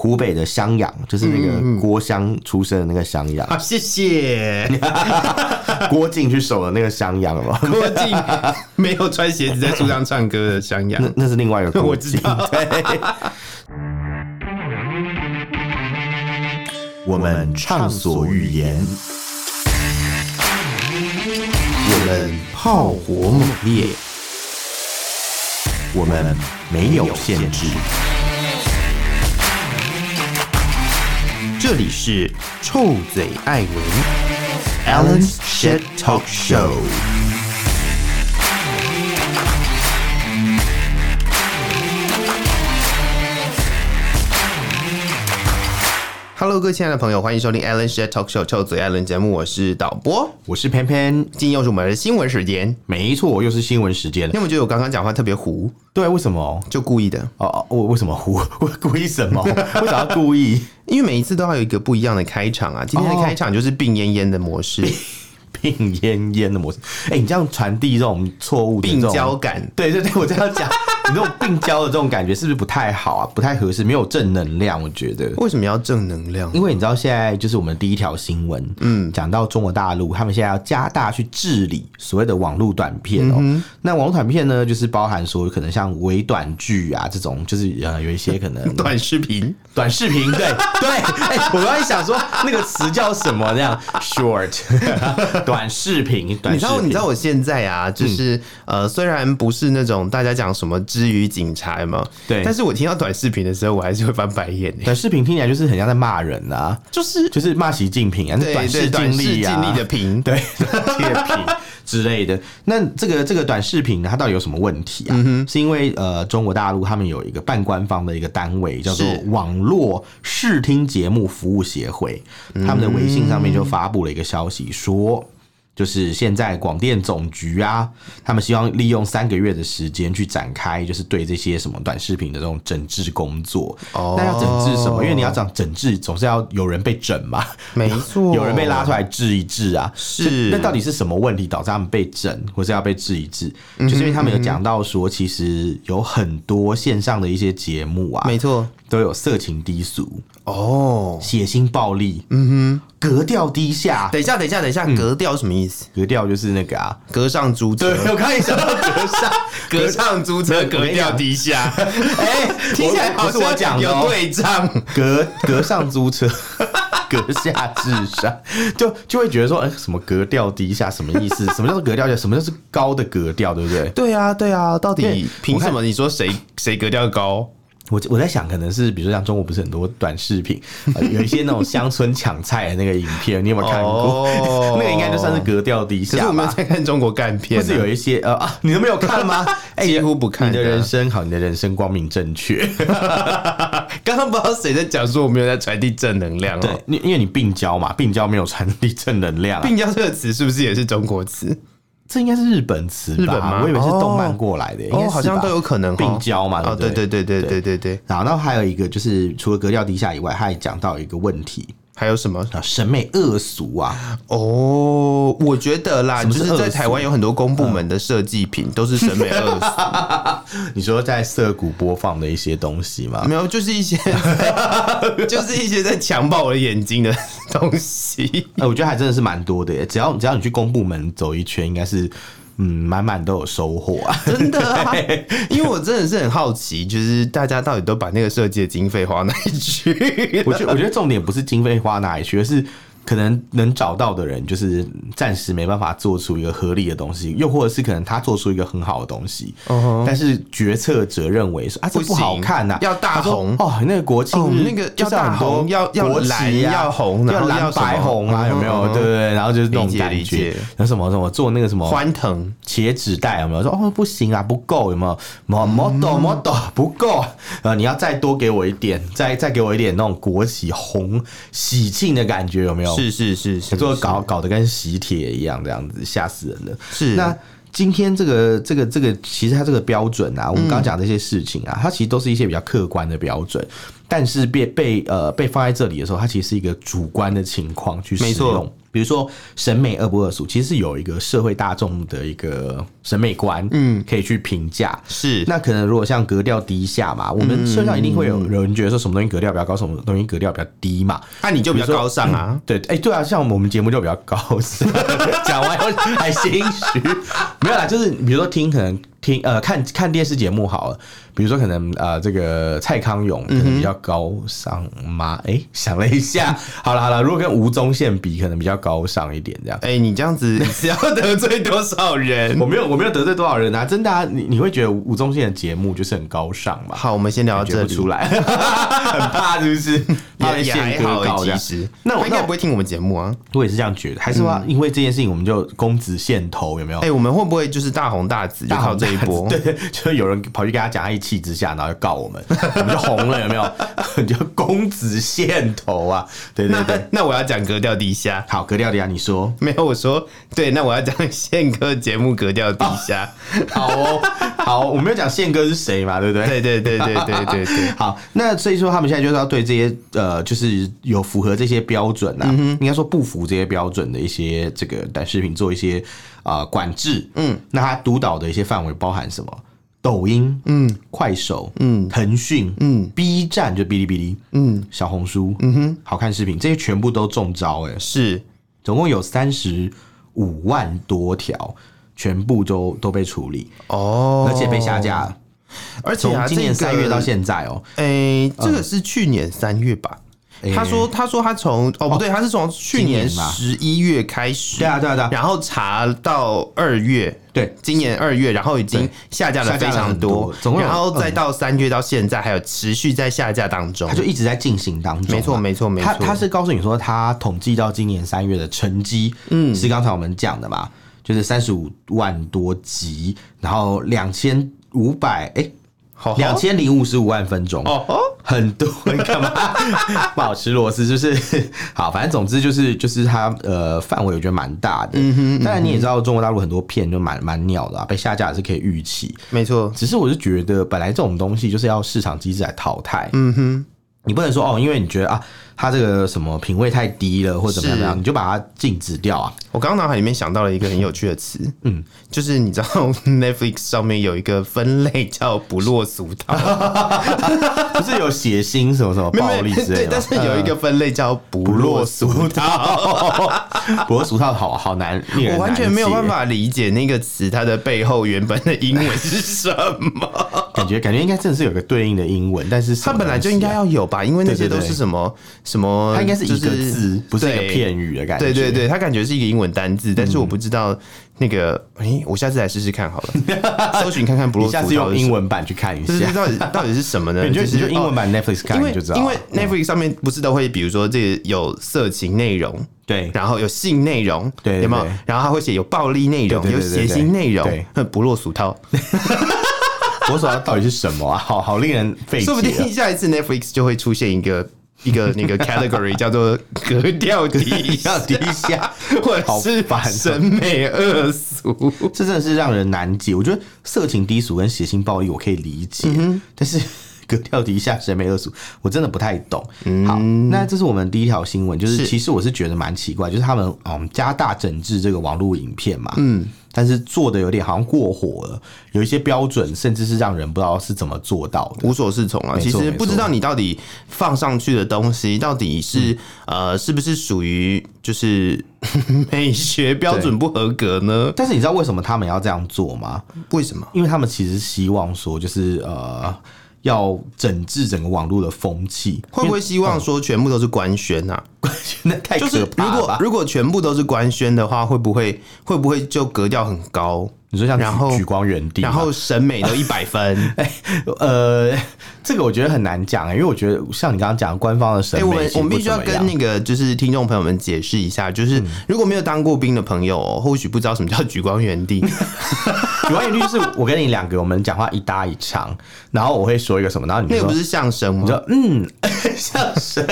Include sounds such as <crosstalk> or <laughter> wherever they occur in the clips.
湖北的襄阳，就是那嗯嗯个郭襄出生的那个襄阳， <laughs> 好，谢 <laughs> 谢。郭靖去守的那个襄阳嘛，郭靖 <laughs> 没有穿鞋子在树上唱歌的襄 <laughs> 阳那，那是另外一个 <laughs> 我郭知靖。道对，我们畅所欲言，我们炮火猛烈，我们没有限制。这里是臭嘴艾文 Alan's Shit Talk Show。Hello，各位亲爱的朋友，欢迎收听 Alan's Shit Talk Show 臭嘴艾伦节目，我是导播，我是偏偏，今天又是我们的新闻时间。没错，又是新闻时间你了。有没有觉得我刚刚讲话特别糊，对，为什么？就故意的？哦哦，我为什么胡？我故意什么？ <laughs> 为啥要故意？因为每一次都要有一个不一样的开场啊。今天的哦开场就是病恹恹的 <laughs> 模式，病恹恹的模式。哎、你这样传递这种错误的这病种娇，感。对对对，我这样 <laughs> 讲， <laughs> 你这种病娇的这种感觉是不是不太好啊？不太合适，没有正能量，我觉得。为什么要正能量？因为你知道现在就是我们第一条新闻，嗯，讲到中国大陆，他们现在要加大去治理所谓的网络短片哦、嗯那网络短片呢，就是包含说可能像微短剧啊这种，就是呃有一些可能 <laughs> <laughs> 短视频，短视频， <laughs> 对对，哎、我刚才想说那个词叫什么那样 short <laughs> 短视频，嗯短你视知道？频，你知道我现在啊，就是、呃，虽然不是那种大家讲什么“之于警察”嘛，对但是我听到短视频的时候，我还是会翻白眼、欸。短视频听起来就是很像在骂人啊，就是 <laughs> 就是骂习近平啊，那对短对视短近视利啊，近利的频， <laughs> 对，切屏之类的。那这个这个短视频呢，它到底有什么问题啊？嗯是因为呃，中国大陆他们有一个半官方的一个单位叫做是网络视听节目服务协会，嗯他们的微信上面就发布了一个消息说。就是现在广电总局啊，他们希望利用三个月的时间去展开，就是对这些什么短视频的这种整治工作。哦那要整治什么？因为你要讲整治，总是要有人被整嘛， <laughs> 没错，有人被拉出来治一治啊。是那到底是什么问题导致他们被整，或是要被治一治？就是因为他们有讲到说，其实有很多线上的一些节目啊，没错都有色情低俗、哦。血腥暴力，嗯哼，格调低下。等一下，等一下，等一嗯下，格调什么意思？格调就是那个啊，格上租对车，我刚才想到格 <laughs> 上，格上租没车，有格调低下， <laughs> 哎，听起来不好是我讲像的有哦，对仗。格 <laughs> 格上租车，格下至上，就就会觉得说，哎、什么格调低下，什么意思？什么叫做格调低下？什么叫是高的格调，对不对？对啊，对啊，到因为底凭我看什么你说谁谁格调高？我我在想，可能是比如说像中国不是很多短视频， <laughs> 呃有一些那种乡村抢菜的那个影片，你有没有看过？哦 <laughs> 那个应该就算是格调低可是下我没有吧。在看中国干片、不啊，是有一些呃啊，你都没有看 <laughs> 吗？哎几乎不看你的的人生好，你的人生光明正 <laughs> 确。刚刚不知道谁在讲说我没有在传递正能量、哦。对，，你因为你病娇嘛，病娇没有传递正能量、啊。病娇这个词是不是也是中国词？这应该是日本词吧？日本吗我以为是动漫过来的，应该是吧好像都有可能哦病娇嘛，哦，对对不对对对对对对对，然后，然后还有一个就是，除了格调低下以外，他还讲到一个问题还有什么？啊，审美恶俗啊，哦，我觉得啦，什就么是是在恶俗台湾有很多公部门的设计品都是审美嗯恶俗，你说在涩谷播放的一些东西吗？没有，就是一些 <laughs> 就是一些在强暴我的眼睛的东西。哎、我觉得还真的是蛮多的耶，只要只要你去公部门走一圈，应该是嗯，满满都有收获啊。真的啊， <laughs> 因为我真的是很好奇，就是大家到底都把那个设计的经费花哪里去 <laughs> 了？我觉得我觉得重点不是经费花哪里去，而是可能能找到的人，就是暂时没办法做出一个合理的东西，又或者是可能他做出一个很好的东西，但是决策者认为说啊，这嗯不不好行看呐、要大他说红哦，那个国庆哦日那个就是要大很多红要要国旗蓝啊要红然要后要蓝什么白红啊，有没嗯有嗯？嗯对对对，然后就是那种理解理感解觉，然后什么什么做那个什么欢腾，茄子蛋有没有说哦不行啊不够有没有？mo 嗯 model model 不够，呃你要再多给我一点，再再给我一点那种国旗红喜庆的感觉有没有？是是是是，做是搞搞得跟喜帖一样这样子，吓死人了。是那今天这个这个嗯这个，其实它这个标准啊，我们刚讲这些事情啊，它其实都是一些比较客观的标准。但是被被呃被放在这里的时候，它其实是一个主观的情况去使没错用。比如说审美恶不恶俗，其实是有一个社会大众的一个审美观，嗯，可以去评价。是嗯那可能如果像格调低下嘛，我们社交一定会有有人觉得说什么东西格调比较高，什么东西格调比较低嘛。那你就比较高尚啊。对，哎、对啊，像我们节目就比较高尚， <laughs> 讲完以后还心虚，没有啦，就是比如说听可能听呃看看电视节目好了，比如说可能呃这个蔡康永可能比较高尚吗？哎、想了一下，好了好了，如果跟吴宗宪比，可能比较高尚一点这样。哎、你这样子是要得罪多少人 <laughs> 我？没有我没有得罪多少人啊，真的啊，你你会觉得吴宗宪的节目就是很高尚嘛？好，我们先聊到觉这不里。出来， <laughs> 很怕是不是？ <laughs> 怕被也也宪还哥好、搞这欸，样其。实那我他应那该我哦不会听我们节目啊。我也是这样觉得，还是嗯说因为这件事情我们就公子献头有没有哎、？我们会不会就是大红大紫，就大靠好这一波？ <laughs> 对，就是有人跑去跟他讲，他一气之下，然后就告我们， <laughs> 我们就红了，有没 <laughs> 有？就公子献头啊！对对 <laughs> 对，那那我要讲格调低下。好，格调迪亚，啊你说没有，我说对，那我要讲宪哥节目格调低下。好哦，好，我没有讲宪哥是谁嘛，哦 <laughs> 对不对？对对对对对对对，好，那所以说他们现在就是要对这些呃，就是有符合这些标准啊，应该说不符这些标准的一些这个短视频做一些啊、呃管制。嗯，那它督导的一些范围包含什么？抖音，嗯，快手，嗯，腾讯，嗯，B 站就哔哩哔哩，嗯，小红书，嗯哼，好看视频，这些全部都中招哎、是总共有三十五万多条，全部都都被处理，哦，而且被下架了。而且从啊，今年这个三月到，现在哦、哎、这个是去年三月吧？他说，他说他从哦不对，他是从去年嗯今年吧十一月开始，对啊对啊对啊然后查到二月。对，今年二月，然后已经对下架下了架非了常很多总共有然后再到三月到现在，还有持续在下架当中它。就一直在进行当中嘛。啊没错，没错，没错他。他是告诉你说，他统计到今年三月的成绩，嗯，是刚才我们讲的嘛，就是三十五万多集，然后两千五百哎，好两千零五十五万分钟，哦哦， <laughs> 很多，你干嘛？ <laughs> 不好吃螺丝就是好，反正总之就是就是它呃范围我觉得蛮大的。嗯当然你也知道中国大陆很多片就蛮蛮鸟的、啊，被下架也是可以预期。没错，只是我是觉得，本来这种东西就是要市场机制来淘汰。嗯哼，你不能说哦，因为你觉得啊，他这个什么品味太低了，或者怎么样怎么样，是你就把它禁止掉啊。我刚刚脑海里面想到了一个很有趣的词，嗯，就是你知道 <laughs> Netflix 上面有一个分类叫不落俗套，不是有血腥什么什么啊没有暴力之类对，的但吗，是有一个分类叫嗯不落俗套， <laughs> 不过俗套好好难，令人我完全难没有解办，法理解那个词它的背后原本的英文是什么，感觉感觉应该真的是有个对应的英文，但是什它么本来就应该要有吧，因为那些都是什么什东西么，啊，它应该是一个就字，不是一对个片语的感觉。嗯对对对，它感觉是一个英文单字，但是我不知道那个，诶，我下次来试试看好 <laughs> 了，搜寻看看不落你俗下套是次什么用英文版去看一就是下，到底到底是什么呢？ <laughs> 你就你是就英文哦版 Netflix 看因你为就知道了，嗯因为 Netflix 上面不是都会，比如说这有色情内容，对然后有性内容，对对有没有对？然后它会写有暴力内容，对有对对对血对腥内容对，哼不落俗套。我手上到底是什么啊？好好令人费解。说不定下一次 Netflix 就会出现一个 <laughs> 一个那个 category 叫做格调低下，要 <laughs> 低下，或者好是烦哦审美恶俗。这真的是让人难解。我觉得色情低俗跟血腥暴力我可以理嗯解，但是格调低下审美恶俗，我真的不太懂。好，那这是我们第一条新闻，就是嗯是其实我是觉得蛮奇怪，就是他们嗯加大整治这个网络影片嘛，嗯。但是做的有点好像过火了，有一些标准甚至是让人不知道是怎么做到的。无所适从啊！没其错实没不知错道你到底放上去的东西到底是、呃是不是属于就是 <laughs> 美学标准不合格呢？但是你知道为什么他们要这样做吗？为什么？因为他们其实希望说，就是呃，要整治整个网络的风气，会不会希望说全部都是官宣啊？那太就是可如怕了果吧。如果全部都是官宣的话，会不会会不会就格调很高？你说像然后举举光原地，然后审美都一百分？哎、呃， <laughs> 这个我觉得很难讲、欸，因为我觉得像你刚刚讲的官方的审美哎我们其实我们不必须要怎么跟样 <laughs> 嗯那个就是听众朋友们解释一下，就是如果没有当过兵的朋友、哦，或许不知道什么叫举光 <laughs> 原地。举光原地，就是我跟你两个我们讲话一搭一唱，然后我会说一个什么，然后你那就个说不。是相声吗哦你？说嗯， <laughs> 相声，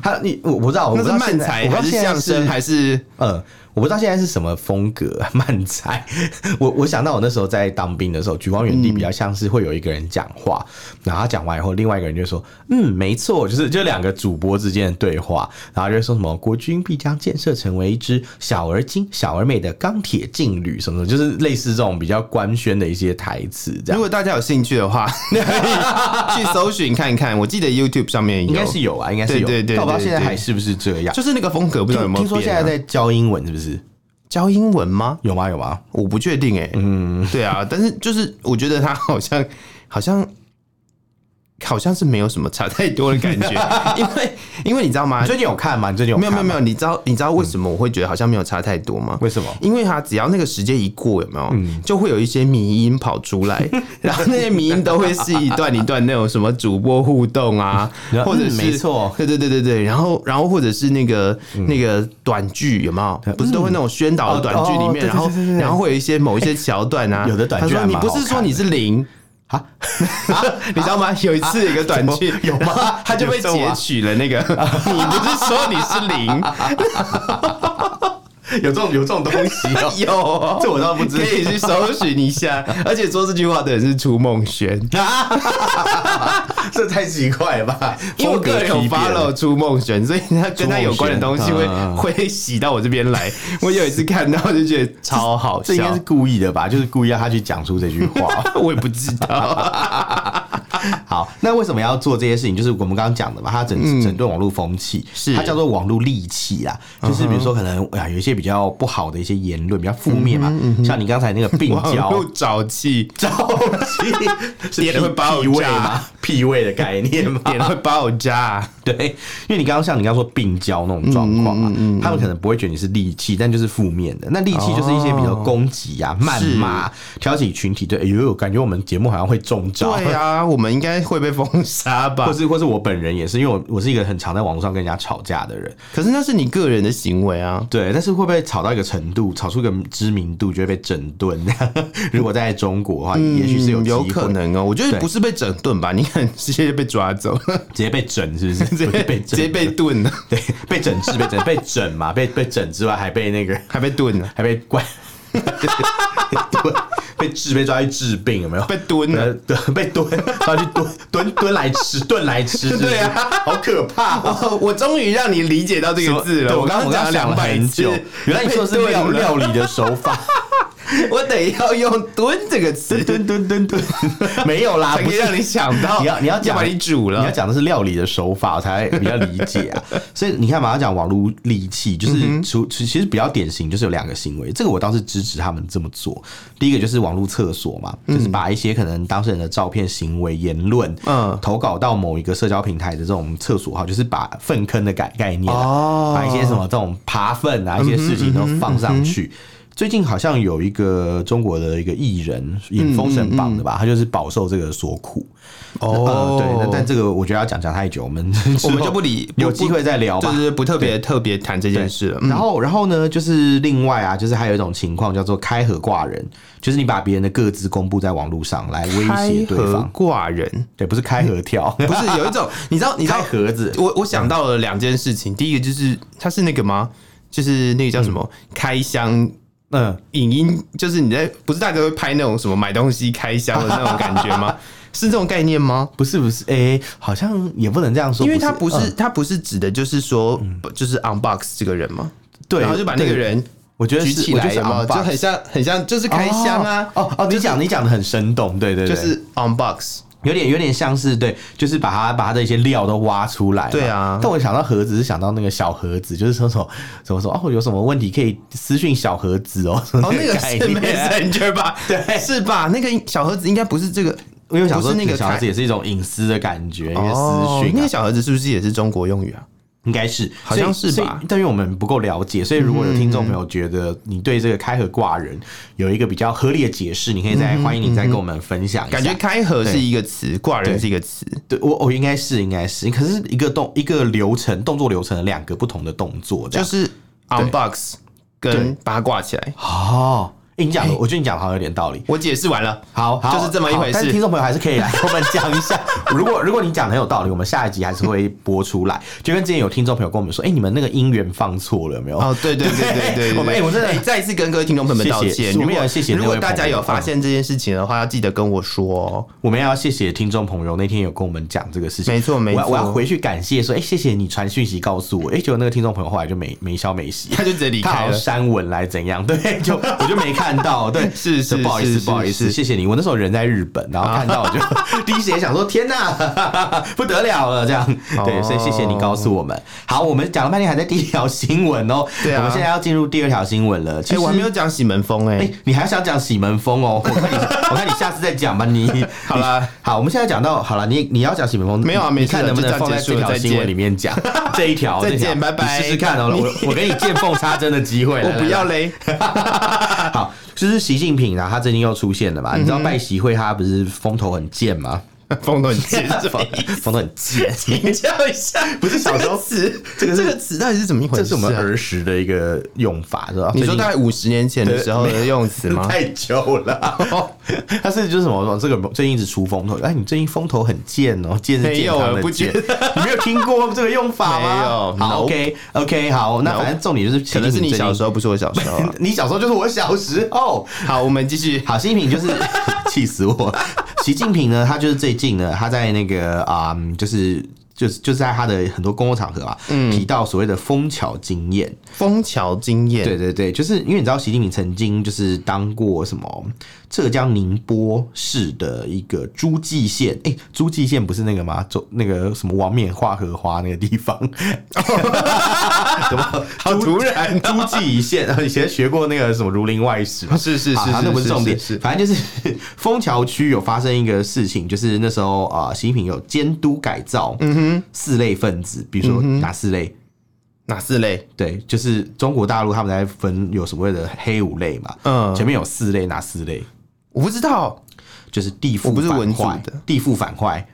他你我不知道，我不那知道是慢现在才我不还知道是现在相声还是呃，我不知道现在是什么风格 <laughs> 啊慢才。我我想到我那时候在当兵的时候，举光原地比较像是会有一个人讲话，然后他讲完以后，另外一个人就说：“嗯，没错，就是就两个主播之间的对话，然后就说什么国军必将建设成为一支小而精、小而美的钢铁劲旅什么什么，就是类似这种比较官宣的一些台词，这如样果大家有兴趣 <laughs> 的话，可以去搜寻看看。我记得 YouTube 上面应有该是有啊，应该是有，对对对但我不知道对现在对还是不是这样。就是那个风格，不知道有听没有听说现变啊在在教英文，是不是？教英文吗？有吗？有吗？我不确定哎、嗯，对啊， <laughs> 但是就是我觉得他好像好像好像是没有什么差太多的感觉， <laughs> 因为因为你知道吗你？最近有看吗？你最近有没有没有没有，有，你知道你知道为什么我会觉得好像没有差太多吗？为什么？嗯因为他只要那个时间一过，有没有、就会有一些迷音跑出 <laughs> 来，然后那些迷音都会是一段一段那种什么主播互动啊你说，或者嗯是、没错，嗯对对对对对，然后然后或者是那个、那个短剧有没有？不是都会那种宣导的短剧里面，哦哦然后对对对对对然后会有一些某一些桥段啊，有的短剧他还说蛮你好不是说你是零。啊， <laughs> 你知道吗？有一次有一个短剧怎么啊有 <laughs> 吗然后他就被有这种截啊取了那个。 <laughs> 你不是说你是零？ <laughs> 有这种有这种东西哦， <laughs> 有哦，这我倒不知道可以去搜寻一下。而且说这句话的人是初 <laughs> 梦轩，这太奇怪了吧？因为我个人有风格疲 follow 初梦轩，所以他跟他有关的东西初梦会轩啊会洗到我这边来。我有一次看到就觉得超好这应该笑是，故意的吧？就是故意让他去讲出这句话。 <laughs> 我也不知 <laughs> 道。啊好，那为什么要做这些事情？就是我们刚刚讲的嘛，它整整顿网络风气，嗯是嗯它叫做网络戾气啦。就是比如说，可能啊有一些比较不好的一些言论，比较负面嗯嘛，像你刚才那个病网娇 <laughs> 络。沼气， <laughs> 着急是点了会爆屁位炸 <laughs> 吗？屁位的概念吗？点了会爆炸。 <laughs> 对，因为你刚刚像你刚刚说病娇那种状况啊，嗯他们可能不会觉得你是戾气，但就是负面的。那戾气就是一些比较哦攻击啊、谩骂、挑起群体对，哎呦，感觉我们节目好像会中招。对啊，我们应该会被封杀 <laughs> 或吧？是或是我本人也是，因为我我是一个很常在网络上跟人家吵架的人，可是那是你个人的行为啊。对，但是会不会吵到一个程度，吵出一个知名度就会被整顿？ <laughs> 如果在中国的话，也许是有嗯机有会可能哦，我觉得对不是被整顿吧，你可能直接就被 <laughs> 抓走，直接被整，是不是？ <laughs> 直不接 <laughs> 是被直整接被炖了，对被整治被整被整嘛，被被整之外还被那个还被炖了。还被关， <laughs> 对，被治被抓去治病有没有？被蹲了呃，对，被蹲，抓去蹲蹲蹲来 <laughs> 吃，蹲来吃，是不是对啊，好可怕哦。哦，我终于让你理解到这这个字了。我刚刚刚刚想讲了两了百很次久，，原来你说的是被料炖了料理的手 <laughs> 法，我得要用“蹲”这个词，蹲蹲蹲蹲， <laughs> 没有啦，才不可以是让你想到。你要你要要讲把你煮你要了。讲的是料理的手法，我才比较理解 <laughs> 啊。所以你看嘛，要讲网络戾气，嗯就是除其其实比较典型，就是有两个行为，这个我倒是支持他们这么做。第一个就是网络厕所嘛，就是把一些可能当事人的照片、行为、言论，嗯嗯，投稿到某一个社交平台的这种厕所号，就是把粪坑的概概念啊，哦嗯把一些什么这种爬粪啊一些事情都放上去。最近好像有一个中国的一个艺人演《封神榜》嗯的吧，他就是饱受这个所苦。呃对，那但这个我觉得要讲讲太久，我 <laughs> 们啊我之们后就不理，有不机会再聊吧。就是不特别特别谈这件事了。然后，然后呢，就是另外啊，就是还有一种情况叫做开合挂人，就是你把别人的各自公布在网络上来威胁对和方，挂人，对，不是开合跳， <laughs> 不是有一种，你知道，你知道开盒子我我想到了两件事情，第一个就是它是那个吗？就是那个叫什么开箱嗯，影音，就是你在不是大家都会拍那种什么买东西开箱的那种感觉 <laughs> 吗？是这种概念吗？不是不是，诶，好像也不能这样说，因为他不是、嗯他不是指的就是说就是 unbox 这个人吗？对，然后就把那个对，人我觉得举是起来，我觉得是然后就 unbox 很像很像就是开箱啊，哦哦，你讲你讲的很生动，对对就对，是 unbox。有点有点像是对，就是把它把它的一些料都挖出来嘛。对啊但我想到盒子是想到那个小盒子，就是说什么什么说哦，有什么问题可以私讯小盒子哦。<laughs> 哦，那个是没 Messenger 吧？对哦是吧？那个小盒子应该不是这个， <laughs> 因为我想不说是那个小盒子开也是一种隐私的感觉，一些哦私讯那啊、个小盒子是不是也是中国用语啊？应该是好像所以是吧所以但因为我们不够了解，所以如果有听众朋友觉得你对这个开合挂人有一个比较合理的解释，你可以再欢迎你再跟我们分享一下。嗯感觉开盒是一个词，挂人是一个词。对我我应该是应该是，可是一个动一个流程动作流程的两个不同的动作这样，就是 unbox 跟把它挂起来。哦，诶你讲的，我觉得你讲的好像有点道理。我解释完了，好，好就是这么一好回但事是听众朋友还是可以 <laughs> 来跟我们讲一下。如果如果你讲的很有道理，我们下一集还是会播出来。就跟之前有听众朋友跟我们说，哎、你们那个音源放错了有没有？哦，对对对对对 <laughs> 对，我们哎、我真的哎再一次跟各位听众朋友们道谢谢歉。我们如果也谢谢那位如果大家朋友有发现这件事情的话，要记得跟我说哦。我们要谢谢听众朋友，那天有跟我们讲这个事情，没错没错我要我要回去感谢说，哎、谢谢你传讯息告诉我，哎、结果那个听众朋友后来就没没消没息，他就直接离他好开像了。删文来怎样， <laughs> 对，就我就没看到，对， <laughs> 是是就不好意是思是不好意思，是啊谢谢你，我那时候人在日本，然后看到我就 <laughs> 第一时间想说，天哪， <laughs> 不得了了， <laughs> 这样，哦对，所以谢谢你告诉我们。好，我们讲了半天还在第一条新闻哦，对啊我们现在要进入第二条新闻了，其哎，实我还没有。讲喜门风哎哎、，你还想讲喜门风 <laughs> 哦？我看你，我看你下次再讲吧。你好啦，好，我们现在讲到好了，你你要讲喜门风，没有啊没你事啊看能不能就这样放在结束这条再见新闻里面 <laughs> 讲这一条，再这一条见拜拜你试试看哦。我我给你见缝插针的机会， <laughs> 我来不来要。来嘞。好，就是习近平啊，他最近又出现了嘛？嗯你知道拜习会他不是风头很贱吗？ <laughs> 风都很尖，<laughs> 是吧风风头很贱，请教一下，不是小时候词，这个这个词到底是怎么一回事？啊这是我们。儿时的一个用法，是吧？你说最近大概五十年前的时候的用词 <laughs> 吗？ <laughs> 太久了， <laughs> 他是就是什么什么这个最近一直出风头，哎，你最近风头很贱哦，贱是健康没有的不贱觉，你没有听过这个用法没吗好有？nope ，OK OK，好，那 Nope 反正重点就是，可能是你小时候，候，不是我小时候啊。 <laughs> 你小时候就是我小时候，好，我们继续。好，习近平就是 <laughs> 气死我。习近平呢，他就是最近呢，他在那个啊、嗯就是就是就是在他的很多公共场合啊，嗯提到所谓的枫桥经验。枫桥经验，对对对，就是因为你知道，习近平曾经就是当过什么浙江宁波市的一个诸暨县，哎、诸暨县不是那个吗？就那个什么王冕画荷花那个地 <laughs> 方，怎么好突然哦诸暨县，呃以前学过那个什么《儒林外史》嘛，是是是啊，是那不是重点，是是反正就是 <laughs> 枫桥区有发生一个事情，就是那时候啊，习近平有监督改造，嗯哼，嗯四类分子，比如说哪四类？哪四类？对，就是中国大陆他们在分有所谓的黑五类嘛，嗯前面有四类，哪四类？我不知道。就是地富我不是反文组坏的，地富反坏，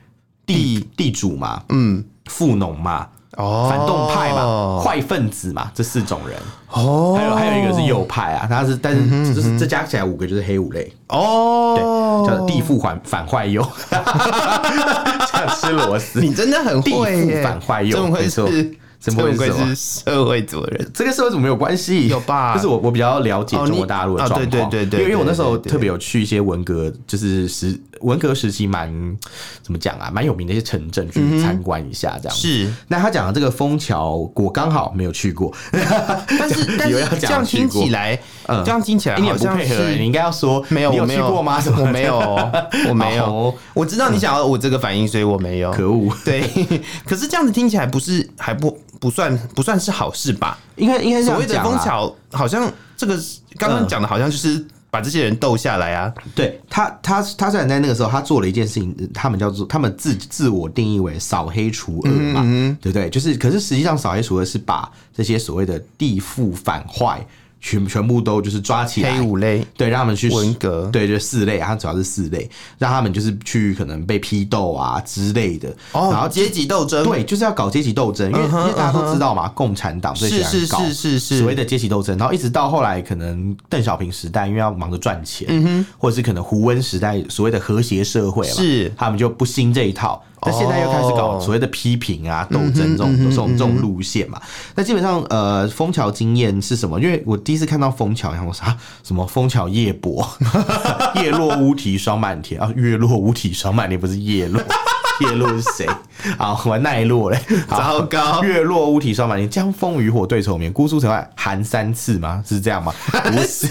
地地主嘛，嗯，富农嘛，哦，反动派嘛，坏分子嘛，这四种人，哦，嗯还有还有一个是右派啊，他是但是就是这加起来五个就是黑五类，对，哦，叫地富反反坏右， <laughs> 像吃螺丝，你真的很地会富耶，反坏右这么会没错是，这这么会么是会什么是社会主人。这个社会组没有关系，有吧 <laughs> 就是我我比较了解中国大陆的哦你状况，啊对对对对因为因为我那时候对对对特别有去一些文革，就是时文革时期蛮怎么讲啊，蛮有名的一些城镇去参观一下这样。是，那他讲的这个枫桥，我刚好没有去过，但 <laughs> 是但以为是要讲这样去听过起来，嗯这样听起来 <laughs> 哎你也好不像配合欸，你是应该要说没有你我没去过吗？什么 <laughs> 我的没 <laughs> 有哦，我没哦有，我知道你想要我这个反应，所以我没有。可恶，对， <laughs> 可是这样子听起来不是还不不算不算是好事吧？应该应该是这样所谓的讲啊枫啦。桥，好像这个是刚刚讲的，好像就是把这些人斗下来啊。对他，他他虽然在那个时候，他做了一件事情，呃他们叫做他们自自我定义为扫黑除恶嗯嘛，对不对？就是，可是实际上扫黑除恶是把这些所谓的地富反坏全全部都就是抓起来黑，五类，对，让他们去文革对，就四类，它主要是四类，让他们就是去可能被批斗啊之类的，然后。阶级斗争，对，就是要搞阶级斗争，因为、哦嗯嗯哼因为大家都知道嘛，共产党最喜是欢是搞是是是，所谓的阶级斗争，然后一直到后来可能邓小平时代，因为要忙着赚钱，嗯或者是可能胡温时代所谓的和谐社会嘛，是他们就不兴这一套。那现在又开始搞哦所谓的批评啊、斗争这种、嗯这种、这种路线嘛。那基本上，呃，枫桥经验是什么？因为我第一次看到枫桥，然后我说啊，什么枫桥夜泊， <laughs> 叶落乌啼霜满天啊，月落乌啼霜满天不是叶落， <laughs> 叶落是谁？好，我奈落嘞，好糟糕月落乌啼霜满天，江枫渔火对愁眠。姑苏城外寒三次吗？是这样吗？不是，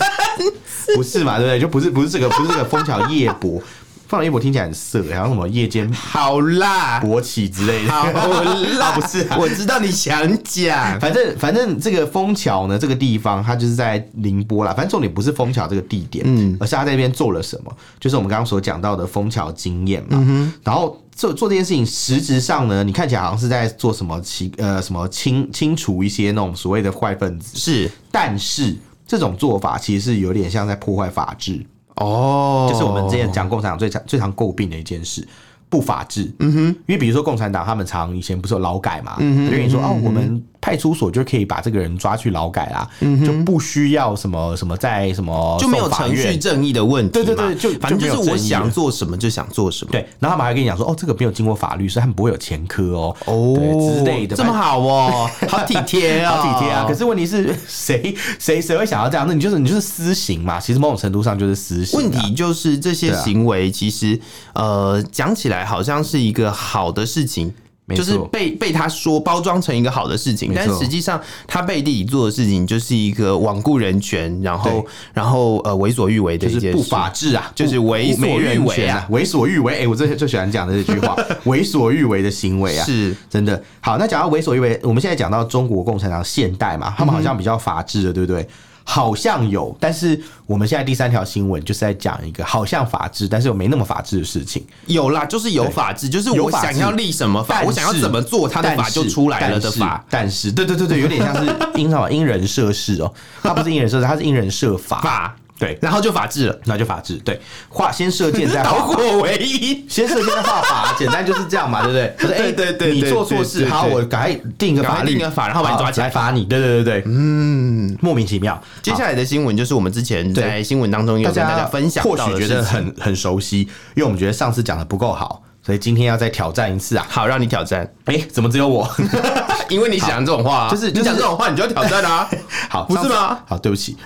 不是嘛？对不对？就不是，不是这个，不是这个枫桥夜泊。枫桥夜泊听起来很色，好像什么夜间好啦，勃起之类的。好啦，不是 <laughs> 啊我知道你想讲，反正反正这个枫桥呢，这个地方它就是在宁波啦。反正重点不是枫桥这个地点，而是他在那边做了什么，就是我们刚刚所讲到的枫桥经验嘛。然后做做这件事情，实质上呢，你看起来好像是在做什么清呃什么清清除一些那种所谓的坏分子，是但是这种做法其实是有点像在破坏法治。哦，就是我们之前讲共产党最常最常诟病的一件事。嗯不法治，嗯哼，因为比如说共产党，他们常以前不是有劳改嘛，就跟你说哦，我们派出所就可以把这个人抓去劳改啦，就不需要什么什么在什么嗯就没有送法程序院正义的问题对对嘛对就反正就没有就是我正义想了做什么就想做什么，对，然后他们还跟你讲说，哦，这个没有经过法律，所以他们不会有前科哦，对之类的，这么好哦，好体贴哦， <laughs> 好体贴啊！可是问题是， <laughs> 谁谁谁会想要这样？那你就是你就是私刑嘛。其实某种程度上就是私刑啊。问题就是这些对啊行为，其实、呃，讲起来好像是一个好的事情。没就是错被被他说包装成一个好的事情，没但错实际上他背地里做的事情就是一个罔顾人权，然后对然后呃为所欲为的就一是件不事。法治啊，就是为不所欲人为权啊，为所欲为。哎、我最最喜欢讲的这 <laughs> 句话，为所欲为的行为啊，是真的。好，那讲到为所欲为，我们现在讲到中国共产党现代嘛，他们嗯好像比较法治的，对不对？好像有，但是我们现在第三条新闻就是在讲一个好像法治，但是又没那么法治的事情。有啦，就是有法治，就是有我法治想要立什么法，但我想要是怎么做，他的但法就是出来了的法。，但是但是对对对对，有点像是因什么因人设事哦，它不是因人设事，它是因人设法，法，对，然后就法治了，那就法治对，画先射箭再导画法。果为一，先射箭再画法， <laughs> 简单就是这样嘛，对不对？可是哎，对对对你对做对错事，对好，对我赶快定一个赶快法律，定个法然后把你好抓起来来罚你。对对对对，嗯，莫名其妙。接下来的新闻就是我们之前对在新闻当中有大跟大家分享或到许的觉事得情，很很熟悉，因为我们觉得上次讲的不够好，所以今天要再挑战一次啊！好让你挑战，哎，怎么只有 <laughs> 我？因为你讲这种话啊，就是你讲这种话，你就要挑战 <laughs> 啊，好，不是上次吗？好，对不 <laughs> 起，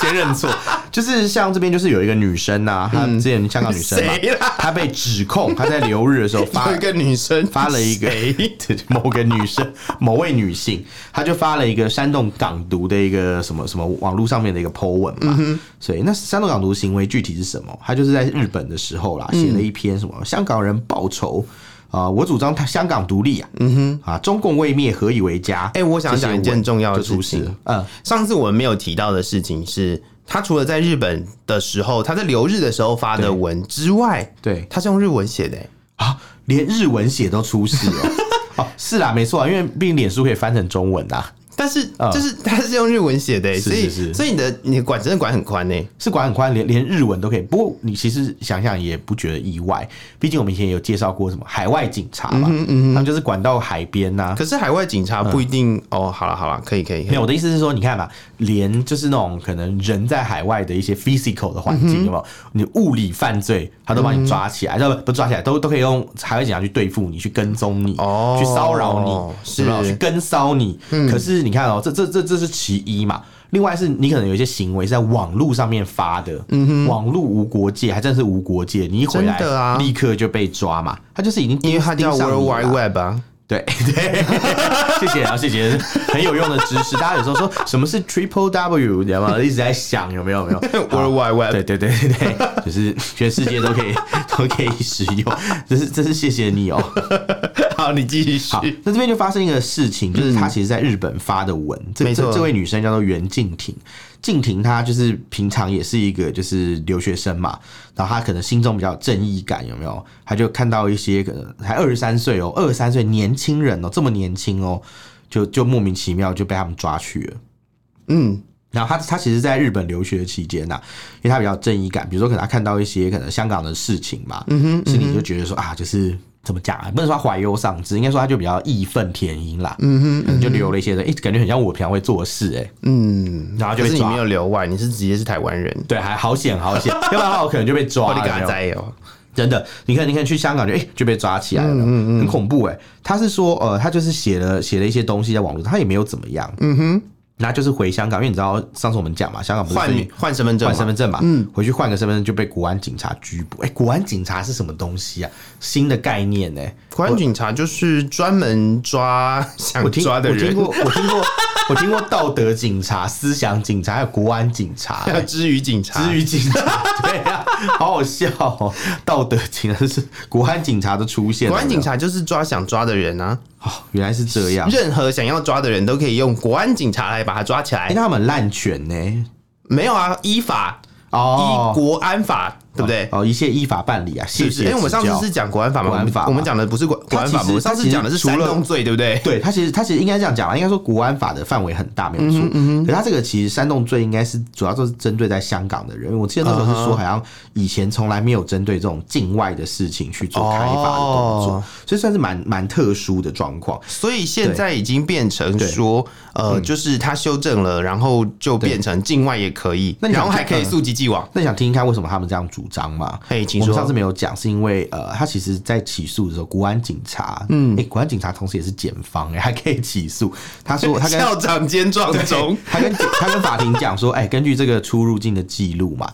先认错。就是像这边就是有一个女生呐、她之前香港女生嘛嗯谁啦，她被指控她在留日的时候发有一个女生发了一个 <laughs> 某个女生某位女性，她就发了一个煽动港独的一个什么什么网络上面的一个 po 文嗯嘛。所以那煽动港独行为具体是什么？她就是在日本的时候啦，写了一篇什么香港人报仇。啊、我主张他香港独立啊！嗯哼，啊，中共未灭，何以为家？哎我想讲一件重要的这些文就事情出事了嗯，上次我们没有提到的事情是，他除了在日本的时候，他在留日的时候发的文之外，对他是用日文写的、欸啊，连日文写都出事 <laughs> 哦。哦，是啦，没错啊，因为毕竟脸书可以翻成中文啊，但是嗯就是他是用日文写的、欸是所以是是所以你的你的管真的管很宽呢、欸是管很宽，连连日文都可以。不过你其实想想也不觉得意外，毕竟我们以前有介绍过什么海外警察嘛，他们就是管到海边啊呐、可是海外警察不一定、哦。好了好了，可以可 <laughs> 以，可没以有，我的意思是说，你看嘛，连就是那种可能人在海外的一些 physical 的环嗯境，有没有？你物理犯罪，他都把你抓起来，要不不抓起来，都都可以用海外警察去对付你，去跟踪你，哦去骚扰你，是嗯有没有去跟骚你。可是你看哦，这这这这是其一嘛。另外是你可能有一些行为是在网络上面发的，网络无国界，还真是无国界。你一回来，嗯真的啊立刻就被抓嘛，他就是已经因为他叫盯上 World 你了 Wide Web <laughs> 啊。 <laughs> 对对，谢谢啊，谢谢，很有用的知识。大家有时候说什么是 triple W，你知道吗？一直在想有没有有没有 World 好 Wide <laughs> Web，对对对对对，就是全世界都可以 <laughs> 都可以使用，这是这是谢谢你哦。好，你继续好，那这边就发生一个事情，就是她其实在日本发的文，嗯没这错这这位女生叫做袁静婷。静婷她就是平常也是一个就是留学生嘛，然后她可能心中比较有正义感，有没有？她就看到一些可能才二十三岁哦，二十三岁年轻人哦，这么年轻哦，就就莫名其妙就被他们抓去了。嗯，然后他他其实在日本留学期间啊呐、因为他比较正义感，比如说可能他看到一些可能香港的事情嘛，嗯哼，心里就觉得说啊，就是怎么讲啊，不能说他怀忧丧志，应该说他就比较义愤填膺啦，嗯哼，就留了一些的，哎、感觉很像我平常会做的事、哎，嗯，然后就被可是你抓没，有留外，你是直接是台湾人，对，还好险好 <laughs> 险，要不然的话我可能就被抓我了的，有没嘎有仔哦，真的，你看，你看，去香港就哎、诶就被抓起来了，很恐怖哎、他是说，呃，他就是写了写了一些东西在网络上，他也没有怎么样，嗯哼，那就是回香港，因为你知道上次我们讲嘛，香港不是换分换身份证换嘛，身份证嘛，嗯，回去换个身份证就被国安警察拘捕。哎、国安警察是什么东西啊？新的概念呢、国安警察就是专门抓我想听抓的我听人，过，我听过， <laughs> 我听过道德警察、思想警察，还有国安警 <laughs> 察、 <laughs> 还有欸。之余警察，至于警察，对啊，好好笑哦！道德警察是国安警察的出现，国安警察就是抓想抓的人啊，哦，原来是这样。任何想要抓的人都可以用国安警察来把他抓起哎、来。他们很滥权呢、没有啊，依法依哦，国安法对不对？哦，一切依法办理啊，是谢不是？谢因为我们上指次教是讲国安法嘛，国安法嘛我们讲的不是国国它安其实法嘛，我们上它次其实讲的是除煽了动罪，对不对？对他其实他其实应该这样讲啊，应该说国安法的范围很大，没有错。可他这个其实煽动罪应该是主要都是针对在香港的人，因为我记得那时候是说好像以前从来没有针对这种境外的事情去做开发的动作，哦所以算是蛮蛮特殊的状况。所以现在已经变成说，呃，就是他修正了，然后就变成境外也可以，那你然想后还可以溯及既往。那你想听听看为什么他们这样主张吗？嘿，请我说们上次没有讲，是因为呃，他其实在起诉的时候，国安警察，嗯，哎、国安警察同时也是检方、哎，还可以起诉。他说 <laughs> 他跟校长兼撞钟，他跟他跟法庭讲说，哎、根据这个出入境的记录嘛，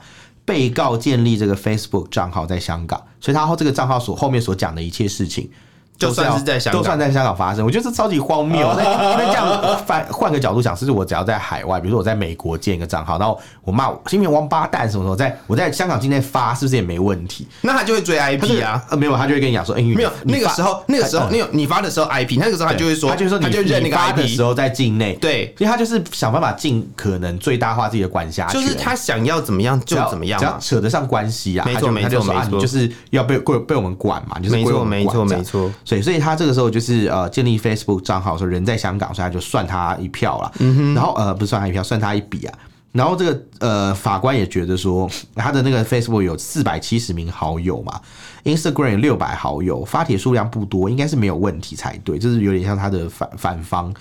被告建立这个 Facebook 账号在香港，所以他后这个账号所后面所讲的一切事情。就算都是在香港哦都算在香港发生，我觉得这超级荒谬。那 <laughs> 那这样反换个角度想，是不是我只要在海外，比如说我在美国建一个账号，然后我骂我新民王八蛋什么什么，在我在香港境内发，是不是也没问题？那他就会追他这 IP 个啊。呃，没有，他就会跟你讲说，哎、你没有，你那个发时候，那个时候，嗯你有你发的时候 IP，那个时哎候他对就会说，他就会说你他就认那你个发的时 IP，候在境内，对，所以他就是想办法尽可能最大化自己的管辖权，就是他想要怎么样只就要怎么样只要嘛。扯得上关系啊，没错他就没错他就说啊没错你就是要被归被我们管嘛，你就是没归我错，们没管错，这样没。错。所以，所以他这个时候就是呃，建立 Facebook 账号的时候，人在香港，所以他就算他一票啦。嗯然后呃，不是算他一票，算他一笔啊。然后这个呃，法官也觉得说，他的那个 Facebook 有四百七十名好友嘛，Instagram 六百好友，发帖数量不多，应该是没有问题才对，就是有点像他的反反方。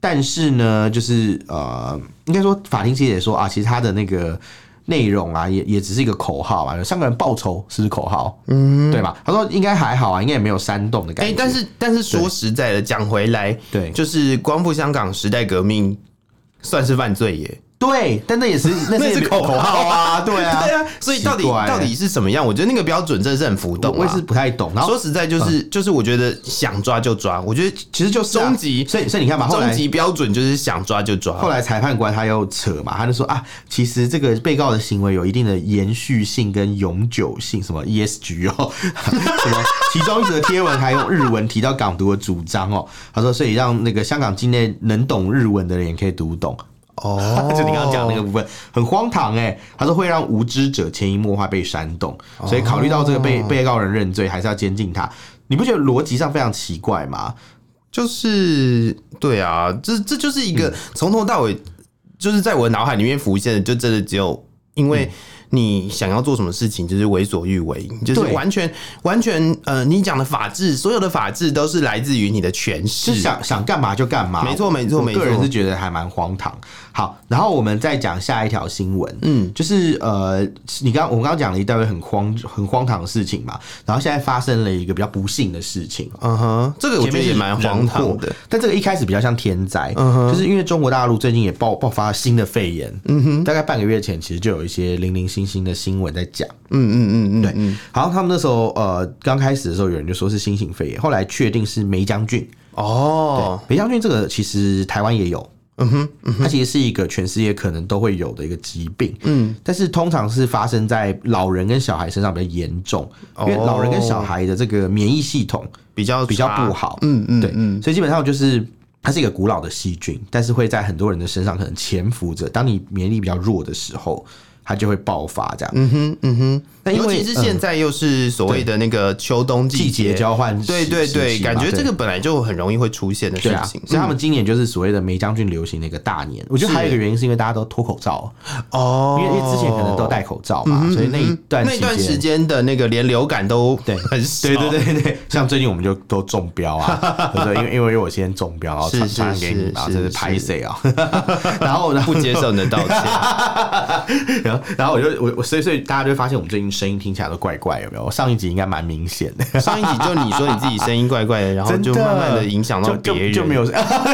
但是呢，就是呃，应该说法庭其实也说啊，其实他的那个内容啊，也也只是一个口号啊，有香港人报仇是不是口号？嗯，对吧？他说应该还好啊，应该也没有煽动的感哎、觉。但是但是说实在的，讲回来，对就是光复香港时代革命算是犯罪耶，对，但那也 <laughs> 是那那也是口号啊号啊，对啊， <laughs> 对啊，所以到底奇怪到底是什么样？我觉得那个标准真的是很浮我动、啊。我也是不太懂。然后说实在，就是、就是我觉得想抓就抓，我觉得其实就是啊终极所以所以你看嘛，后终来极标准就是想抓就抓。后来裁判官他又扯嘛，他就说啊，其实这个被告的行为有一定的延续性跟永久性，什么 ESG 哦， <laughs> 什么其中一则贴文还用日文提到港独的主张哦，他说所以让那个香港境内能懂日文的人也可以读懂。哦就你刚刚讲那个部分很荒唐哎、他说会让无知者潜移默化被煽动，所以考虑到这个被被告人认罪，还是要监禁他。你不觉得逻辑上非常奇怪吗？就是对啊，这这就是一个从头到尾就是在我脑海里面浮现的，就真的只有因为你想要做什么事情，就是为所欲为，就是对完全完全呃，你讲的法治，所有的法治都是来自于你的诠就释。想想干嘛就干嘛，没错没错我没错个人是觉得还蛮荒唐。好，然后我们再讲下一条新闻，嗯，就是呃，你刚我们刚刚讲了一大堆很荒很荒唐的事情嘛，然后现在发生了一个比较不幸的事情，嗯哼，这个我觉得也蛮荒唐的。。嗯但这个一开始比较像天灾，就是因为中国大陆最近也爆爆发新的肺炎，嗯大概半个月前其实就有一些零零星星的新闻在讲，嗯嗯嗯嗯，对，好像他们那时候呃刚开始的时候有人就说是新型肺炎，后来确定是梅将军。哦，梅将军这个其实台湾也有。嗯哼，它其实是一个全世界可能都会有的一个疾病，嗯，但是通常是发生在老人跟小孩身上比较严重，因为哦老人跟小孩的这个免疫系统比较比较差不，好，嗯嗯对，嗯，所以基本上就是它是一个古老的细菌，但是会在很多人的身上可能潜伏着。当你免疫力比较弱的时候，它就会爆发这样。嗯哼，嗯哼。那因尤为其是现在又是所谓的那个秋冬季嗯季节交换时，对对时对，期感嘛觉对这个本来就很容易会出现的事对啊，所情以。他们今年就是所谓的梅将军流行的一个大年。我觉得还有一个原因是因为大家都脱口罩，哦嗯因为因为之前可能都戴口罩嘛，所以那一段那一段时时。间哦的那个连流感都对很少，对对对对，像最近我们就都中标 <laughs> 啊，对不对？因为因为我先中标，然后是传是传染给你们啊，是真是是拍谁啊？ <laughs> 然 <laughs> 后然后不接受你的道 <laughs> 歉。然后，然后我就我我，所以所以大家就会发现我们最近声音听起来都怪怪，有没有？我上一集应该蛮明显的，上一集就你说你自己声音怪怪的，然后就真慢慢的影响到就别人，就就没有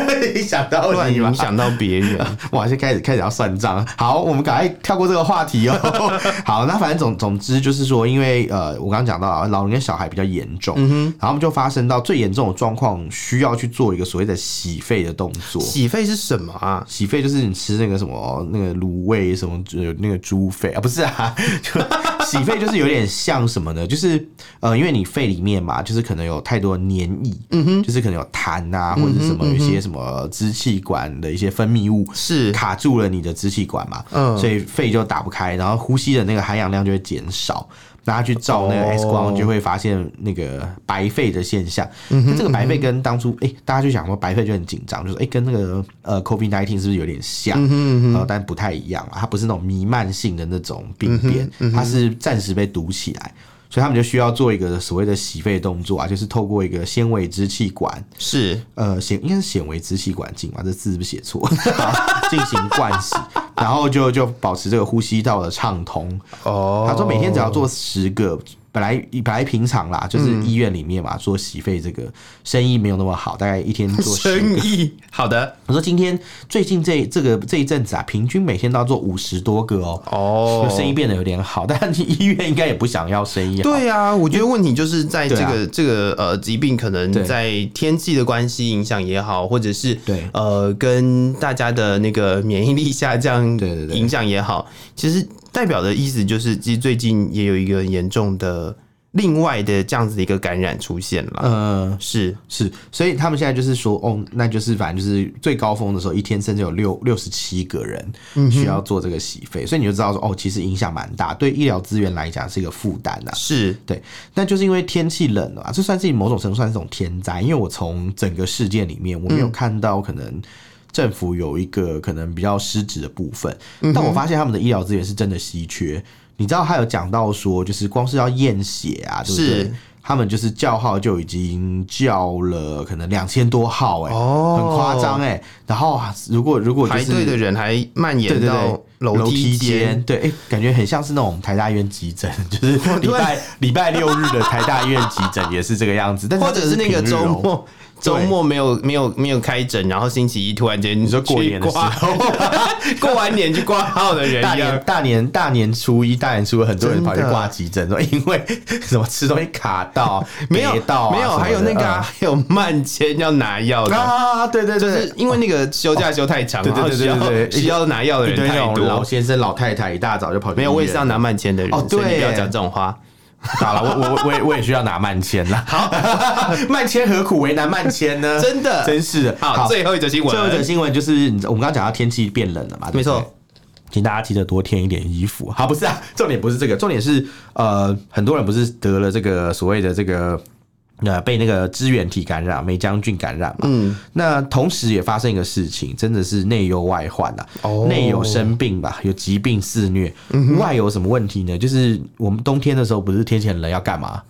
<laughs> 影响到乱你吧影？响到别 <laughs> 人。哇，现在开始开始要算账。好，我们赶快跳过这个话题哦。 <laughs> 好，那反正总总之就是说，因为呃，我刚刚讲到啊，老人跟小孩比较严重，然后他们就发生到最严重的状况，需要去做一个所谓的洗肺的动作。洗肺是什么啊？洗肺就是你吃那个什么那个卤味什么呃那个书费啊，不是啊， <laughs> 就洗肺就是有点像什么呢？就是呃，因为你肺里面嘛，就是可能有太多黏液，嗯哼，就是可能有痰啊，或者是什么有一些什么支气管的一些分泌物是卡住了你的支气管嘛，嗯所以肺就打不开，然后呼吸的那个含氧量就会减少。大家去照那个哦 X 光，就会发现那个白肺的现象。嗯那这个白肺跟当初哎、大家就想说白肺就很紧张，就是哎、诶跟那个呃 COVID nineteen 是不是有点像？嗯然后但不太一样啊，它不是那种弥漫性的那种病变，嗯它是暂时被堵起来。所以他们就需要做一个所谓的洗肺动作啊，就是透过一个纤维支气管，是呃，显应该是显微支气管镜吧，这字是不是写错？ <laughs> 好进行灌洗，然后就就保持这个呼吸道的畅通。哦他说每天只要做十个，本来本来平常啦，就是嗯医院里面嘛，做洗肺这个生意没有那么好，大概一天做十生 <laughs> 意好的我说今天最近这这个这一阵子啊，平均每天都要做五十多个哦，哦就生意变得有点好，但是医院应该也不想要生意好。对啊，我觉得问题就是在这对啊个、这个呃疾病可能对在天气的关系影响也好，或者是对呃跟大家的那个免疫力下降对对对影响也好，其实代表的意思就是，其实最近也有一个很严重的另外的这样子的一个感染出现了。呃，是是，所以他们现在就是说，哦，那就是反正就是最高峰的时候，一天甚至有六六十七个人需要做这个洗肺，所以你就知道说，哦，其实影响蛮大，对医疗资源来讲是一个负担啊。是，对，那就是因为天气冷了、啊，这算是某种程度算是一种天灾。因为我从整个事件里面，我没有看到可能政府有一个可能比较失职的部分，嗯但我发现他们的医疗资源是真的稀缺。你知道，他有讲到说，就是光是要验血啊，对不是对？他们就是叫号就已经叫了可能两千多号、哎、哦很夸张哎。然后啊如果如果就排是队的人还蔓对延对到对，楼梯间，，对，哎、感觉很像是那种台大医院急诊， <laughs> 就是礼拜 <laughs> 礼拜六日的台大医院急诊也是这个样子，但是它或者是是那个平日周哦，末周末没有没有没有开诊，然后星期一突然间你说过年的时候， <laughs> 过完年去挂号的人大一样年。大年大年初一、大年初二，很多人跑去真的挂急诊，说因为什么吃东西卡 <laughs> 到，没有跌到、啊、没有，还有那个、啊、还有慢签要拿药什么的。嗯的，啊，对对就对，哦是因为那个休假休太长，对对然后对对需要对对需要拿药的一堆人那太种老多，先生、老太太一大早就跑去医院，没有，我也是要拿慢签的人，哦所以你对不要讲这种话。打了，我 <laughs> 我我也我也需要拿慢签啦。好， <laughs> 慢签何苦为难慢签呢？真的 <laughs> 真是的。好，最后一则新闻，最后一则新闻就是，你知我们刚刚讲到天气变冷了嘛，对不对没错，请大家记得多添一点衣服。 <laughs> 好，不是啊，重点不是这个，重点是呃，很多人不是得了这个所谓的这个。呃，被那个支原体感染、梅将军感染嘛，嗯，那同时也发生一个事情，真的是内忧外患啊，哦嗯内有生病吧，有疾病肆虐，外有什么问题呢？就是我们冬天的时候，不是天气很冷，要干嘛？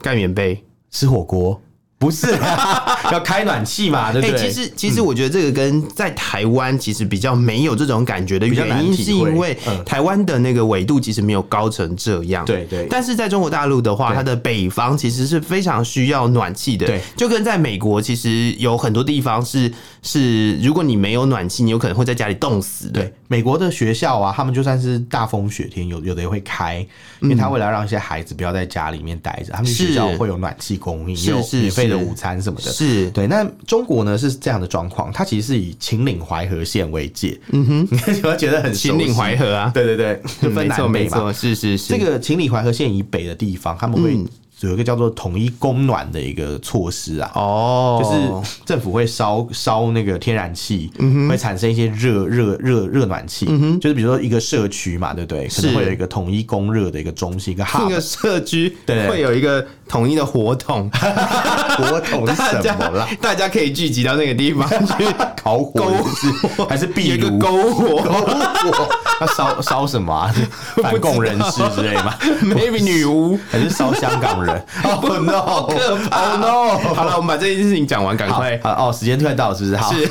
盖棉被。吃火锅？不是啊、 <laughs> 要开暖气嘛，对不嗯哎、对？其实其实我觉得这个跟在台湾其实比较没有这种感觉的比较原难因，体是因会为嗯台湾的那个纬度其实没有高成这样。对对但是在中国大陆的话，对它的北方其实是非常需要暖气的。对，就跟在美国其实有很多地方是是，如果你没有暖气，你有可能会在家里冻死的。对，美国的学校啊，他们就算是大风雪天，有有的也会开，因为他为了让一些孩子不要在家里面待着，他们嗯是学校会有暖气供应，是有是免费的是午餐什么的。是对，那中国呢是这样的状况，它其实是以秦岭淮河线为界，嗯 <laughs> 哼，你会觉得很熟悉秦岭淮，河啊，对对对，就嗯分 <laughs> 没错南没北嘛。错，是是是，这个秦岭淮河线以北的地方，他们会嗯有一个叫做统一供暖的一个措施啊，哦，就是政府会烧烧那个天然气，会产生一些热热热热暖气，就是比如说一个社区嘛，对不对？可能会有一个统一供热的一个中心，一个那 hub。 <laughs> 个社区对会有一个统一的火桶，火桶是大什家么啦？大家可以聚集到那个地 <laughs> 方去烤火篝是不是还是有壁一个炉？篝火 <laughs> 火要烧烧什么 <laughs> 啊？反共人士之类 <laughs> 吗？ ，maybe 女巫。还是烧香港 <laughs> 人？Oh no！好可怕 Oh no！ <laughs> 好了，我们把这件事情讲完，赶好快。好哦，时间快到了，是不是？好，是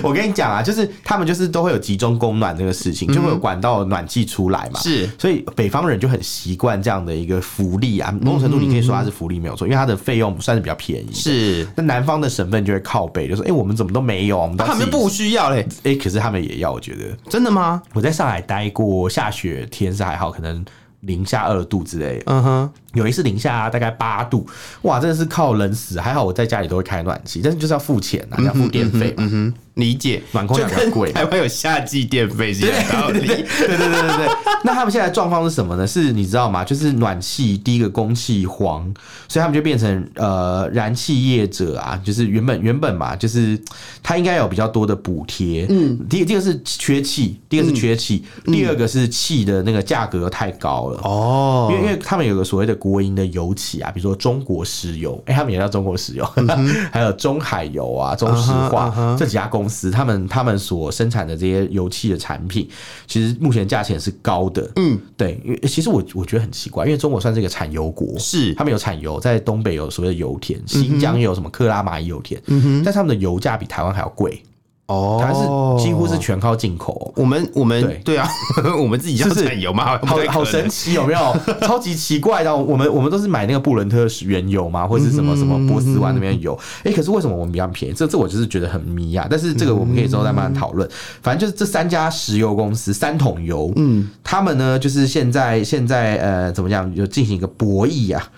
<laughs> 我跟你讲啊，就是他们就是都会有集中供暖这个事情，就会有管道暖气出来嘛。嗯是所以北方人就很习惯这样的一个福利嗯啊，某种程度你可以说它是福利没有错，因为它的费用算是比较便宜。是，那南方的省份就会靠北，就说：“哎、我们怎么都没有，我们都啊他自们己不需要嘞，哎、可是他们也要，我觉得真的吗？我在上海待过，下雪天是还好，可能零下二度之类，嗯哼，有一次零下大概八度，嗯哇，真的是靠冷死。还好我在家里都会开暖气，但是就是要付钱啊，要付电费嘛。理解，暖空调比较贵就跟台湾有夏季电费是一样的道对理。对对对对对。 <laughs> 那他们现在的状况是什么呢？是你知道吗？就是暖气第一个供气荒，所以他们就变成呃燃气业者啊，就是原本原本嘛，就是他应该有比较多的补贴。嗯，第第一个是缺气，第嗯二个是缺气，第二个是气的那个价格太高了。哦因为因为他们有个所谓的国营的油企啊，比如说中国石油，哎、他们也叫中国石油，嗯 <laughs> 还有中海油啊、中石化、这几家公司，他们他们所生产的这些油气的产品，其实目前价钱是高的。嗯，对，因为其实我我觉得很奇怪，因为中国算是一个产油国，是嗯他们有产油，在东北有所谓的油田，新疆也有什么克拉玛依油田，但是他们的油价比台湾还要贵，哦台湾是几乎是全靠进口哦、我们我们对对啊， <laughs> 我们自己要是不是产油嘛，好不太可好能神奇，有没 <laughs> 有？超级奇怪的。我们我们都是买那个布伦特原油嘛，或者是什么什么波斯湾那边的油。哎、可是为什么我们比较便宜？这这我就是觉得很迷啊。但是这个我们可以之后再慢慢讨论。反正就是这三家石油公司，三桶油，嗯，他们呢就是现在现在呃怎么讲，有进行一个博弈啊。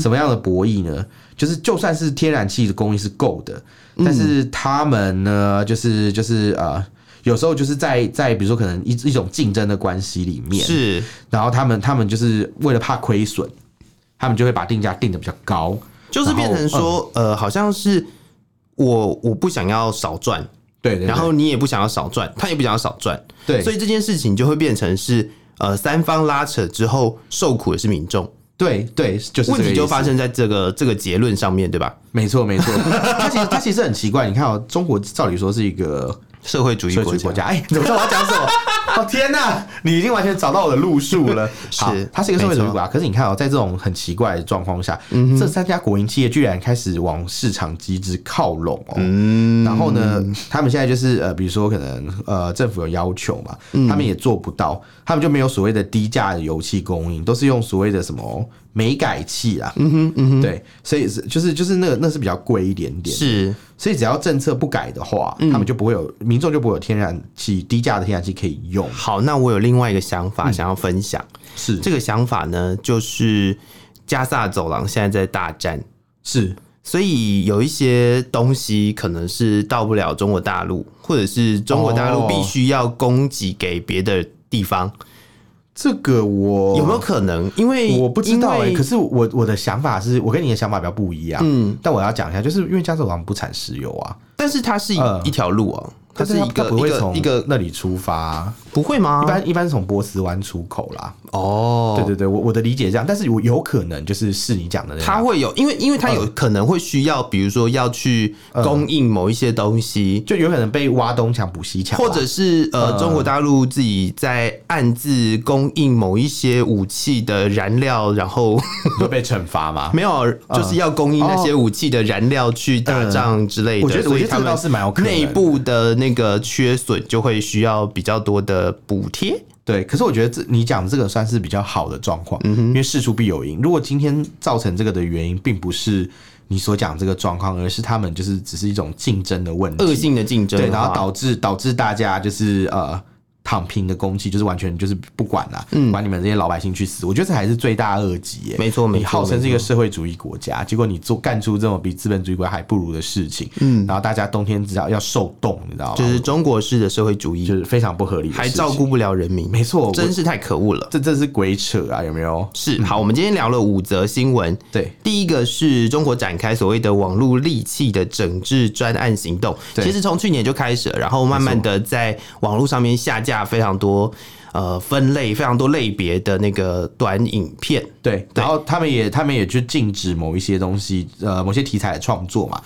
什么样的博弈呢？就是就算是天然气的供应是够的，但是他们呢，就是就是呃。有时候就是在在比如说可能一一种竞争的关系里面，是然后他们他们就是为了怕亏损，他们就会把定价定的比较高。就是变成说嗯呃，好像是我我不想要少赚，对对对然后你也不想要少赚，他也不想要少赚，对，所以以这件事情就会变成是呃三方拉扯之后受苦的是民众，对对，就是这个问题意就思发生在这个这个结论上面对吧？没错没 <laughs> 错，它其实它其实很奇怪。你看哦，中国照理说是一个社会主义社国会主义家，国家，哎、怎么知道我要讲什么？哦天哪，你已经完全找到我的路数了。是好它是一个社会主义没嗯国家，可是你看哦，在这种很奇怪的状况下，这三家国营企业居然开始往市场机制靠拢哦。嗯，然后呢，他们现在就是呃，比如说可能呃，政府有要求嘛，嗯他们也做不到，他们就没有所谓的低价的油气供应，都是用所谓的什么煤改气啊，嗯哼，嗯哼，对，所以是就是就是那个那是比较贵一点点，是所以只要政策不改的话，嗯他们就不会有民众就不会有天然气低价的天然气可以用，好，那我有另外一个想嗯法想要分享，是这个想法呢就是加萨走廊现在在大战。是所以有一些东西可能是到不了中国大陆，或者是中国大哦陆必须要供给给别的地方，这个我有没有可能？因为哦我不知道哎、因为可是我我的想法是我跟你的想法比较不一样，嗯，但我要讲一下，就是因为加州网不产石油啊，但是它是一呃一条路哦，它但是一它个不一会个从一个那里出发啊、不会吗一？般一般是从波斯湾出口啦。哦，对对对，我我的理解是这样，但是我有可能就是是你讲的那样，它会有，因为因为它呃有可能会需要，比如说要去供应某一些东西，就有可能被挖东墙补西墙啦，或者是呃，中国大陆自己在暗自供应某一些武器的燃料，<laughs> 然后会被惩罚吗？没有，就是要供应那些武器的燃料去打仗之类的。 <laughs> 哦我觉得所以我觉得这他个倒们是蛮有可能的内部的那个缺损就会需要比较多的补贴。对，可是我觉得这你讲这个算是比较好的状况，嗯因为事出必有因。如果今天造成这个的原因，并不是你所讲这个状况，而是他们就是只是一种竞争的问题，恶性的竞争的嗯对，话，然后导致导致大家就是呃躺平的公器，就是完全就是不管啦，管你们这些老百姓去死。我觉得这还是罪大恶极耶。嗯没错没错你号称是一个社会主义国家，结果你做干出这种比资本主义国家还不如的事情，嗯，然后大家冬天只要要受冻，你知道吗？就是中国式的社会主就义是非常不合理的事情，还照顾不了人民，没错，我真是太可恶了。这这是鬼扯啊，有没有？是好，我们今天聊了五则新闻。对，第一个是中国展开所谓的网络利器的整治专案行动，对其实从去年就开始了，然后慢慢的在网络上面下架非常多呃分类非常多类别的那个短影片，对，然后他们也他们也就禁止某一些东西，呃，某些题材的创作嘛。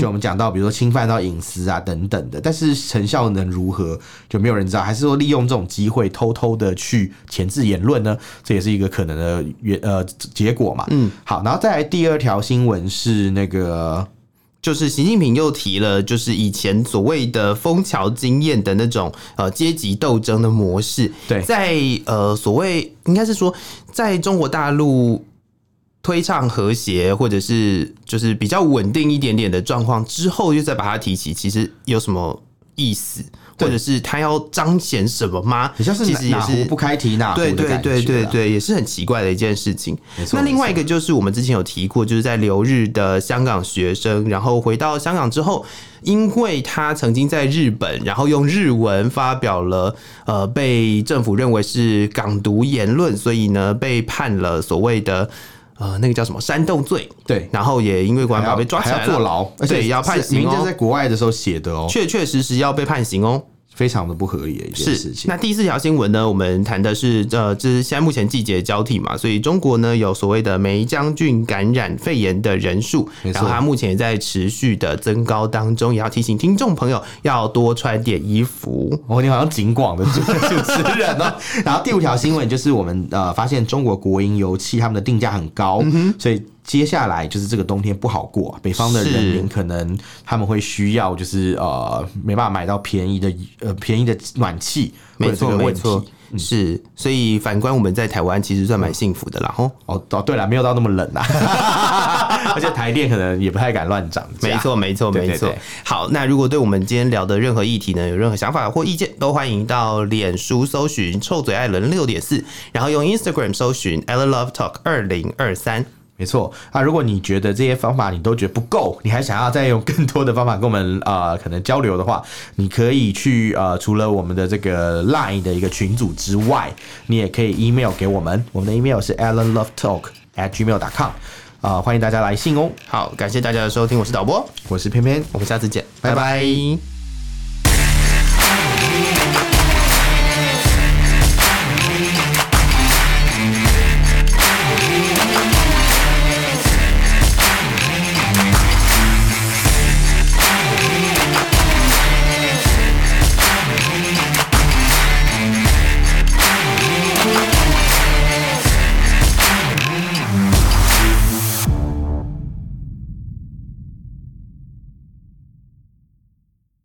就我们讲到，比如说侵犯到隐私啊等等的，但是成效能如何，就没有人知道。还是说利用这种机会偷偷的去钳制言论呢？这也是一个可能的原呃结果嘛。嗯，好，然后再来第二条新闻是那个就是习近平又提了，就是以前所谓的枫桥经验的那种呃阶级斗争的模式，对在呃所谓应该是说，在中国大陆推倡和谐或者是就是比较稳定一点点的状况之后，又再把它提起，其实有什么意思，对或者是他要彰显什么吗？比较是其实也哪壶是不开提哪壶对的对感觉啊对对啦，对，也是很奇怪的一件事情没。错那另没外一错个就是我们之前有提过，就是在留日的香港学生，然后回到香港之后，因为他曾经在日本，然后用日文发表了呃被政府认为是港独言论，所以呢被判了所谓的。呃，那个叫什么煽动罪？对然后也因为国安还法要被抓起来还了要坐牢，而且对，要判是刑民间哦在，国外的时候写的哦，确确实实要被判刑哦。非常的不合理的一件事情。那第四条新闻呢，我们谈的是呃，这是现在目前季节交替嘛，所以中国呢有所谓的梅将军感染肺炎的人数，没然错后它目前也在持续的增高当中，也要提醒听众朋友要多穿点衣服。哦，你好像警广 <laughs> 的主主持人哦。然后第五条新闻就是我们呃发现中国国营油气他们的定价很高，嗯所以接下来就是这个冬天不好过，北方的人民可能他们会需要就是呃没办法买到便宜的呃便宜的暖气，没错，会有这个没问题错。，是，所以反观我们在台湾其实嗯算蛮幸福的啦，吼。哦哦，对了，没有到那么冷啊， <laughs> 而且台电可能也不太敢乱涨价。没错，没错，对对没错对。好，那如果对我们今天聊的任何议题呢，有任何想法或意见，都欢迎到脸书搜寻“臭嘴艾伦六点四”，然后用 Instagram 搜寻 “Allen Love Talk 二零二三没错啊，如果你觉得这些方法你都觉得不够，你还想要再用更多的方法跟我们呃 <laughs> 可能交流的话，你可以去呃除了我们的这个 Line 的一个群组之外，你也可以 email 给我们，我们的 email 是 allenlovetalk at gmail.com 啊、欢迎大家来信哦，”。好，感谢大家的收听，我是导播，我是偏偏，我们下次见，拜拜拜